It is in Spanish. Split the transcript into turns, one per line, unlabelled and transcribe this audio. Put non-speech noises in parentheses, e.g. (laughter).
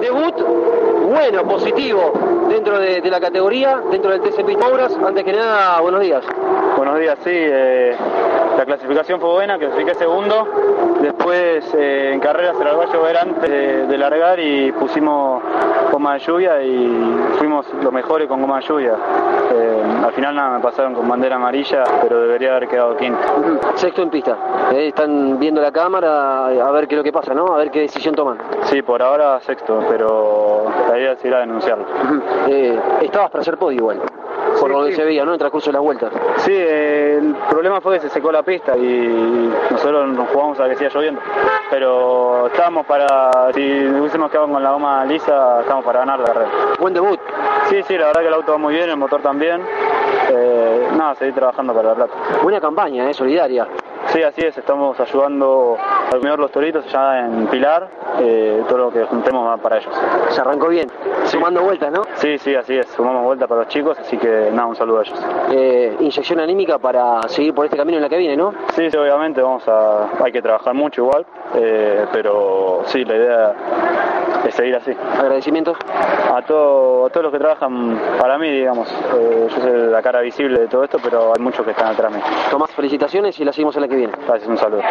debut bueno, positivo dentro de, de la categoría, dentro del TCP Obras. Antes que nada, buenos días.
Buenos días, sí. eh, la clasificación fue buena, clasifiqué segundo. Después eh, en carrera se largó a llover antes de, de largar y pusimos goma de lluvia y fuimos los mejores con goma de lluvia. Eh, al final nada, me pasaron con bandera amarilla, pero debería haber quedado quinto.
Sexto en pista. Eh, están viendo la cámara a ver qué es lo que pasa, ¿no? A ver qué decisión toman. (laughs)
Sí, por ahora sexto, pero la idea es ir a denunciarlo.
Eh, estabas para hacer podio igual, por
Sí,
lo que
sí.
se veía, ¿no? En el transcurso de las vueltas.
Sí, eh, el problema fue que se secó la pista y nosotros nos jugamos a que siga lloviendo. Pero estábamos para, si hubiésemos quedado con la goma lisa, estábamos para ganar la carrera.
Buen debut.
Sí, sí, la verdad que el auto va muy bien, el motor también. Eh, nada, seguir trabajando para la plata.
Buena campaña, ¿eh? Solidaria.
Sí, así es, estamos ayudando al comedor Los Toritos allá en Pilar, eh, todo lo que juntemos va para ellos.
Se arrancó bien, sumando vueltas, ¿no?
Sí, sí, así es, sumamos vuelta para los chicos, así que nada, un saludo a ellos.
Eh, inyección anímica para seguir por este camino en la que viene, ¿no?
Sí, sí, obviamente vamos a, hay que trabajar mucho igual, eh, pero sí, la idea es seguir así.
Agradecimientos.
A, todo, a todos los que trabajan para mí, digamos, eh, yo soy la cara visible de todo esto, pero hay muchos que están atrás mío.
Tomás, felicitaciones y la seguimos en la que viene.
Gracias, un saludo.